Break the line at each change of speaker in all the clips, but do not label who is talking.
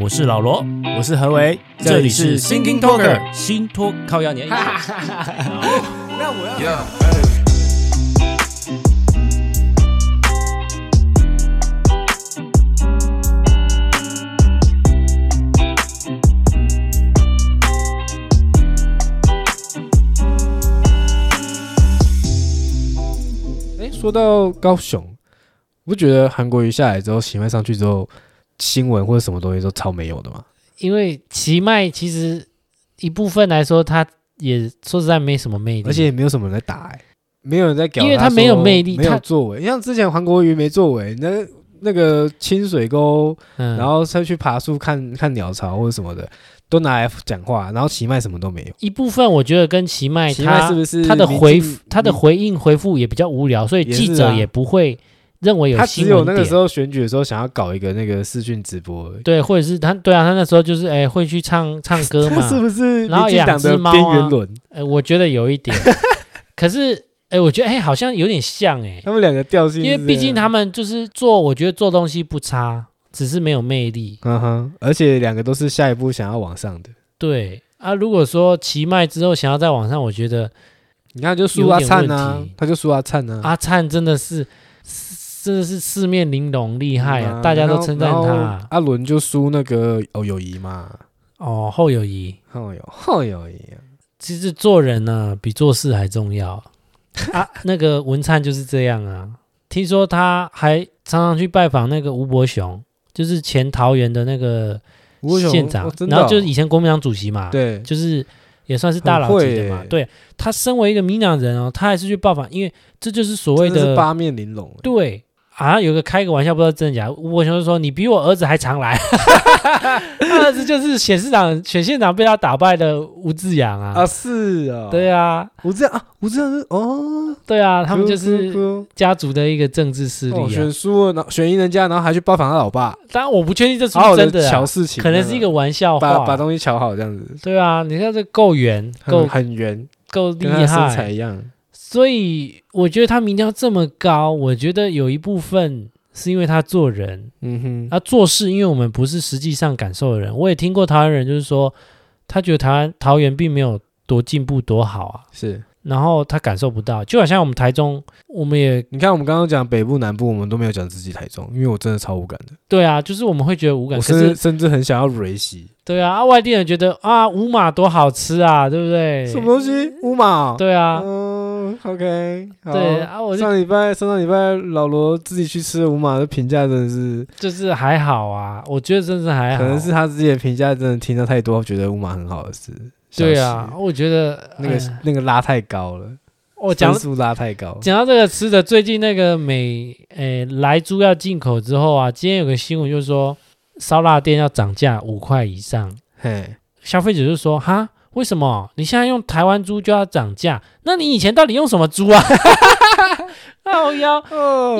我是老罗，
我是何为，这里是 Thinking Talker。
新托靠压 年。
那我要
Yeah,
哎、说到高雄，我不觉得韩国瑜下来之后，喜欢上去之后，新闻或者什么东西都超没有的嘛？
因为奇迈其实一部分来说，它也说实在没什么魅力，
而且也没有什么人在打、哎，没有人在屌，
因为
他
他没有魅力
没有
他
作为。你像之前韩国瑜没作为，那那个清水沟，
嗯，
然后再去爬树看看鸟巢或者什么的，都拿来讲话，然后奇迈什么都没有。
一部分我觉得跟奇迈
奇迈
哎他
是不是
他的
民进
回复他的
民
回应回复也比较无聊，所以
也
记
是
者
啊
也不会认为有
他
新
只
闻
有那个
点
时候选举的时候想要搞一个那个视讯直播而已，
对，或者是他对啊，他那时候就是哎、会去唱唱 歌
这
嘛，
是不是
然后
民进党的
养只猫啊
边缘轮？
呃，我觉得有一点， 可是哎、我觉得哎、好像有点像哎、
他们两个调性是
因
这样，
为毕竟他们就是做，我觉得做东西不差，只是没有魅力。
嗯哼，而且两个都是下一步想要往上的。
对啊，如果说奇迈之后想要再往上，我觉得
你看，就输阿灿
有点
啊
问题，
他就输阿灿啊，
阿灿真的是是真的是四面玲珑，厉害
嗯
啊，大家都称赞。
然后然后
他。
阿伦就输那个哦友谊嘛，
哦，后友谊，
后友后友谊啊，
其实做人呢、比做事还重 要啊。那个文灿就是这样啊。听说他还常常去拜访那个吴伯雄，就是前桃园的那个
吴伟雄
县长，
哦真的哦
然后就是以前国民党主席嘛，，
对，
就是也算是大佬级的
很
嘛
会耶。
对他身为一个民进党人哦，他还是去拜访，因为这就是所谓
真的
的
是八面玲珑，欸
对啊，有个开个玩笑，不知道真的假的。吴伯雄就说：“你比我儿子还常来。” 他儿子就是选市长、选县长被他打败的吴志阳啊。
啊是啊，
对啊，
吴志阳啊，吴志阳是哦，
对啊，他们就
哭
是
哭哭
家族的一个政治势力
哦
啊
选。输了，然后选赢人家，然后还去拜访他老爸，
当然，我不确定这是
好
不
好
是
的
真的啊
瞧，事情，
可能是一个玩笑
把把
话。
东西瞧好这样子，
对啊，你看这够圆，
很
够
很圆，
够厉
跟他身材
害，
一样，
所以我觉得他民调这么高，我觉得有一部分是因为他做人，
嗯哼，
啊，做事，因为我们不是实际上感受的人，我也听过台湾人就是说，他觉得台湾桃园并没有多进步多好啊，
是。
然后他感受不到，就好像我们台中，我们也
你看，我们刚刚讲北部、南部，我们都没有讲自己台中，因为我真的超无感的，
对啊，就是我们会觉得无感，
我
可
甚至
是
甚至很想要蕊洗。
对啊，啊外地人觉得啊五马多好吃啊，对不对？
什么东西？五毛？
对啊，
嗯，OK，好
对。啊，我就
上礼拜上上礼拜老罗自己去吃的五马的评价真的是，
就是还好啊，我觉得真是还
可
好，
能是他自己的评价真的听到太多，觉得五马很好吃。
对
小
啊，
吃，
我觉得
那个
哎
那个拉太高了，
我讲
分数拉太高。
讲到这个吃的，最近那个美诶莱猪要进口之后啊，今天有个新闻就是说烧腊店要涨价五块以上，
嘿，
消费者就说哈，为什么你现在用台湾猪就要涨价？那你以前到底用什么猪啊？ 哦腰，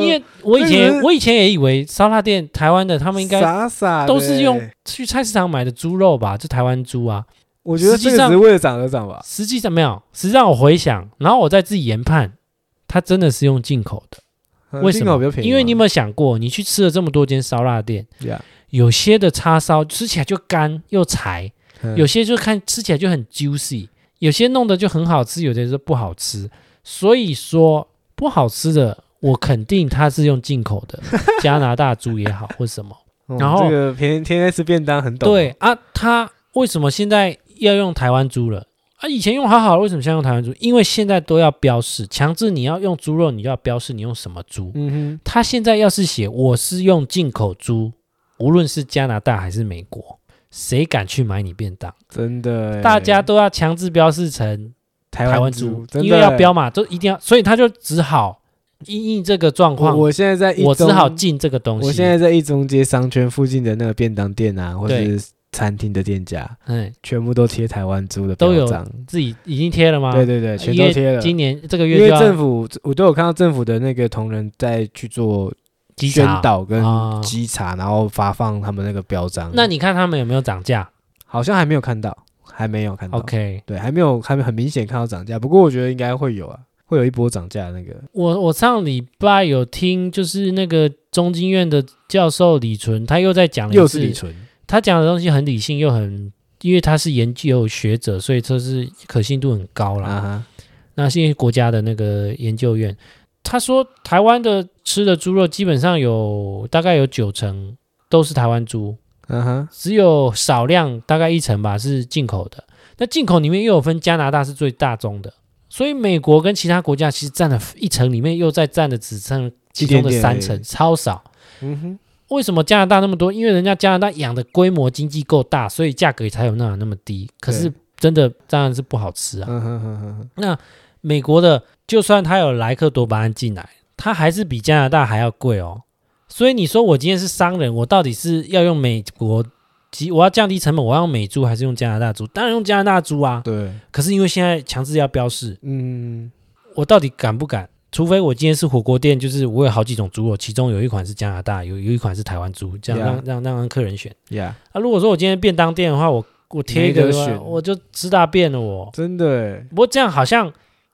因为我以
这个
前
是
我以前也以为烧腊店台湾的他
他
们应该
傻傻的
都是用
欸，
去菜市场买的猪肉吧，就台湾猪啊。
我觉得这
实际
个
上
只是为了涨而涨吧。
实际上没有，实际上我回想，然后我再自己研判，它真的是用进口的。
嗯
为什
进口
么？
比较便宜嘛？
因为你有没有想过，你去吃了这么多间烧腊店，
Yeah，
有些的叉烧吃起来就干又柴，
嗯
有些就看吃起来就很 juicy，有些弄得就很好吃，有的就不好吃。所以说不好吃的，我肯定它是用进口 的，加拿大猪也好或什么。
嗯
然后
这个天天天吃便当很懂，
对，啊，它为什么现在要用台湾猪了？啊，以前用好好的，为什么现在用台湾猪？因为现在都要标示，强制你要用猪肉，你就要标示你用什么猪。
嗯
他现在要是写我是用进口猪，无论是加拿大还是美国，谁敢去买你便当？
哼，真的欸，
大家都要强制标示成
台
台湾
猪
猪，，
真的
因为要
欸
标嘛，都一定要，所以他就只好因应这个状况，
我
我
我现在在一
只好
中
进这个东西。
我现在在一中街商圈附近的那个便当店啊，或
对
是餐厅的店家，
嗯，
全部都贴台湾猪的
都有
标章。
自己已经贴了吗？呃
对对对，全都贴了。
今年这个
因
月
为
就要
政府，我都有看到政府的那个同仁在去做
稽
宣
查。
导跟
啊
稽查，然后发放他们那个标章。
那你看他们有没有涨价
好像还没有看到，还没有看到。
？OK，
对，还没有，还没很明显看到涨价。不过我觉得应该会有啊，会有一波涨价的那个。
我我上礼拜嗯有听，就是那个中经院的教授李纯，他又在讲了一
又是
次
李纯，
他讲的东西很理性又很，因为他是研究学者，所以这是可信度很高啦。
啊哈，
那是因为国家的那个研究院，他说台湾的吃的猪肉基本上有大概有九成都是台湾猪，
啊哈，
只有少量大概一成吧是进口的。那进口里面又有分，加拿大是最大宗的，所以美国跟其他国家其实占了一成里面，又再占了只剩其中的
一点点
三
而
成，
已
超少。
嗯哼，
为什么加拿大那么多？因为人家加拿大养的规模经济够大，所以价格才有那那么低。可是
对
真的当然是不好吃啊。
嗯哼哼哼哼，
那美国的，就算它有莱克多巴胺进来，它还是比加拿大还要贵哦。所以你说我今天是商人，我到底是要用美国及我要降低成本，我要用美猪还是用加拿大猪？当然用加拿大猪啊。
对，
可是因为现在强制要标示，
嗯，
我到底敢不敢？除非我今天是火锅店，就是我有好几种猪肉，其中有一款是加拿大，有有一款是台湾猪，这样
Yeah
让让让让客人选。
呀，
啊，如果说我今天便当店的话，我我贴
没
一个
得
的话
选
我就吃大便了我。
真的欸，
不过这样好像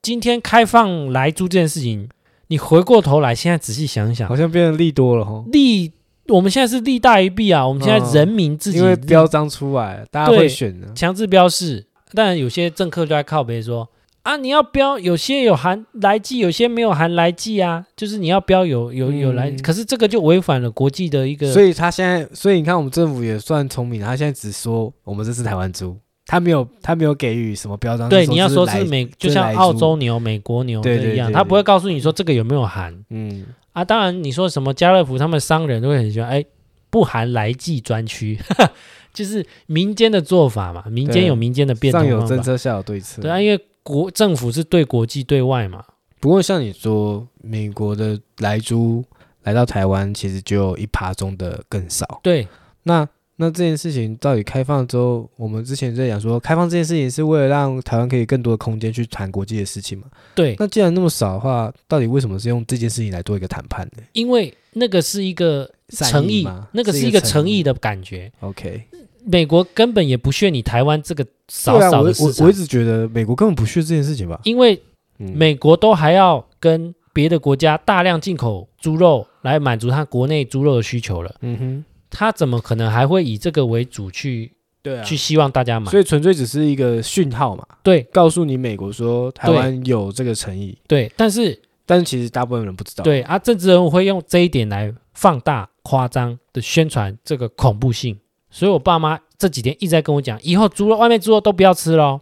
今天开放来租这件事情，你回过头来现在仔细想一想
好，像变得利多了哈，
利我们现在是利大于弊啊，我们现在
嗯
人民自己
因为标章出来了，大家
对
会选的，
强制标示，但有些政客就在靠北说啊，你要标有些有含来剂，有些没有含来剂啊，就是你要标有有有来，
嗯啊
可是这个就违反了国际的一个，
所以他现在，所以你看我们政府也算聪明，他现在只说我们这是台湾猪，他没有他没有给予什么标章，
对
就说
你要
这
说
来
是美，就
这是
像
来
澳
猪
洲牛、美国牛
对对
那一样，
对
他
对
不会告诉你说这个有没有含。
嗯，
啊，当然你说什么家乐福他们商人都会很喜欢，哎，不含来记专区， 就是民间的做法嘛，民间
对
有民间的变
上
通
有
方
政
法。
策，下有对策。
对啊，因为国政府是对国际对外嘛，
不过像你说，美国的来猪来到台湾，其实只有一趴中的更少。
对，
那那这件事情到底开放之后，我们之前在讲说，开放这件事情是为了让台湾可以更多的空间去谈国际的事情嘛？
对，
那既然那么少的话，到底为什么是用这件事情来做一个谈判呢？
因为那个是一个
善
诚
意
意
吗，
那个
是
是
一
一
个
个
诚
诚
意
意的感觉。
OK，
美国根本也不屑你台湾这个
对
少
啊，
少
我
的
我
市
我
场
一，直觉得美国根本不屑这件事情吧？
因为
嗯，
美国都还要跟别的国家大量进口猪肉来满足它国内猪肉的需求了。
嗯哼，
他怎么可能还会以这个为主去、
对啊
去希望大家买
所？以纯粹只是一个讯号嘛，
对
告诉你美国说台湾有这个诚意，
对，但是
但是其实大部分人不知道。，
对啊，政治人物会用这一点来放大、夸张的宣传这个恐怖性。所以我爸妈这几天一直在跟我讲，以后猪肉外面猪肉都不要吃喽。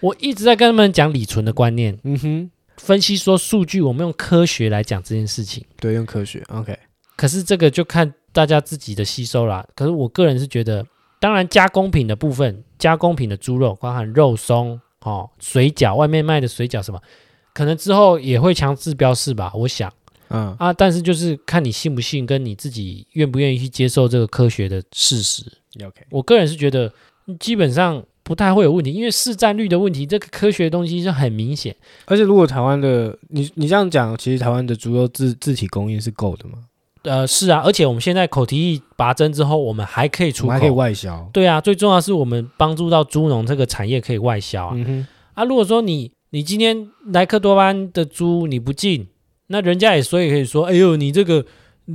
我一直在跟他们讲李纯的观念，
嗯哼，
分析说数据，我们用科学来讲这件事情。
对，用科学，OK，
可是这个就看大家自己的吸收啦。可是我个人是觉得，当然加工品的部分，加工品的猪肉，包含肉松、哦水饺，外面卖的水饺什么，可能之后也会强制标示吧，我想
嗯，
啊。但是就是看你信不信，跟你自己愿不愿意去接受这个科学的事实。
OK，
我个人是觉得，基本上不太会有问题，因为市占率的问题，这个科学的东西是很明显。
而且如果台湾的你你这样讲，其实台湾的猪肉自自体供应是够的嘛，
呃，是啊，而且我们现在口蹄疫拔针之后，我们还可以
我
出
们
口，
还可以外销。
对啊，最重要的是我们帮助到猪农这个产业可以外销啊。
嗯哼，
啊，如果说你你今天莱克多巴胺的猪你不进，那人家也所以可以说，哎呦，你这个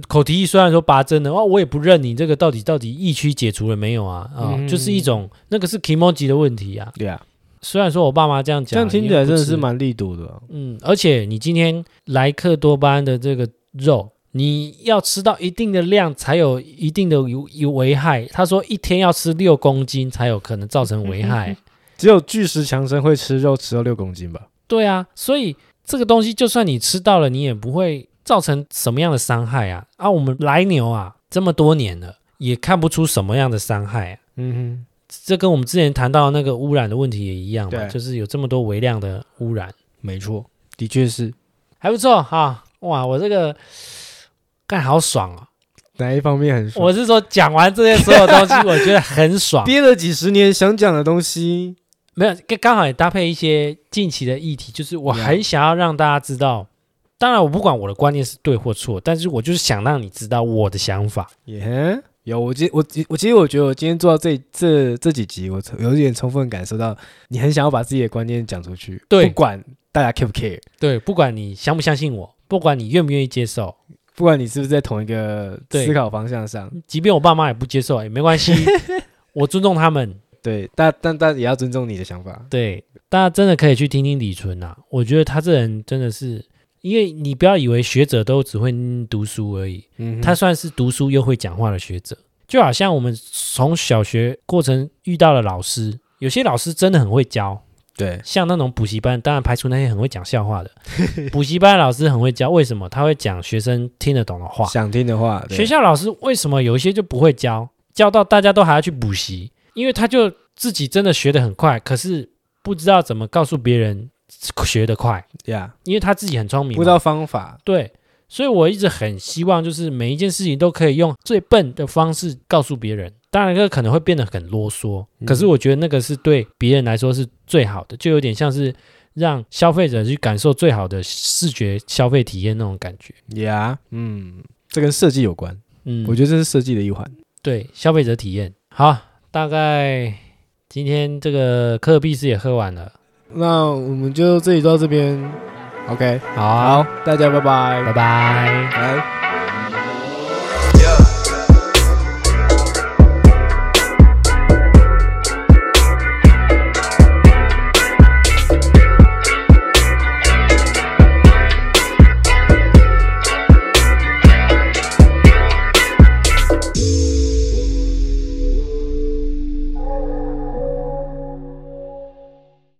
口蹄疫虽然说拔针了，哦，我也不认你这个到底到底疫区解除了没有啊？啊、
嗯
就是一种那个是 k i m o j i 的问题啊。
对啊，
虽然说我爸妈这样
这
讲，
样听起来真的是
因为不吃
蛮力度的哦。
嗯，而且你今天莱克多巴胺的这个肉，你要吃到一定的量才有一定的有有危害。他说一天要吃六公斤才有可能造成危害。
只有巨石强森会吃肉吃到六公斤吧？
对啊，所以这个东西就算你吃到了，你也不会造成什么样的伤害啊。啊，我们来牛啊，这么多年了，也看不出什么样的伤害、啊。
嗯
这跟我们之前谈到的那个污染的问题也一样嘛，
对
就是有这么多微量的污染。
哼，没错，的确是。
还不错哈、哇，我这个干好爽哦！
哪一方面很爽？
我是说讲完这些所有东西，我觉得很 爽。
憋了几十年想讲的东西，
没有，刚刚好也搭配一些近期的议题，就是我
Yeah
很想要让大家知道。当然，我不管我的观念是对或错，但是我就是想让你知道我的想法。
耶、有我今我我其实我觉得我今天做到这这这几集，我有一点充分感受到你很想要把自己的观念讲出去，
对
不管大家 care 不 care，
对，不管你相不相信我，不管你愿不愿意接受，
不管你是不是在同一个
对
思考方向上，
即便我爸妈也不接受，哎也没关系，我尊重他们。
对，但但但也要尊重你的想法。
对，大家真的可以去听听李纯啊，我觉得他这人真的是，因为你不要以为学者都只会嗯读书而已，
嗯哼，
他算是读书又会讲话的学者，就好像我们从小学过程遇到的老师，有些老师真的很会教，
对，
像那种补习班，当然排除那些很会讲 笑话的，补习班的老师很会教，为什么他会讲学生听得懂的话？
想听的话，对
学校老师为什么有一些就不会教，教到大家都还要去补习？因为他就自己真的学得很快，可是不知道怎么告诉别人学得快，
呀，
因为他自己很聪明嘛，
不知道方法，
对，所以我一直很希望，就是每一件事情都可以用最笨的方式告诉别人。当然，这个可能会变得很啰嗦，可是
嗯
我觉得那个是对别人来说是最好的，就有点像是让消费者去感受最好的视觉消费体验那种感觉。
呀，嗯，这跟设计有关，
嗯，
我觉得这是设计的一环。
对消费者体验。好，大概今天这个可尔必斯也喝完了。
那我们就这里到这边，OK，
好，
大家拜拜，
拜拜。
拜。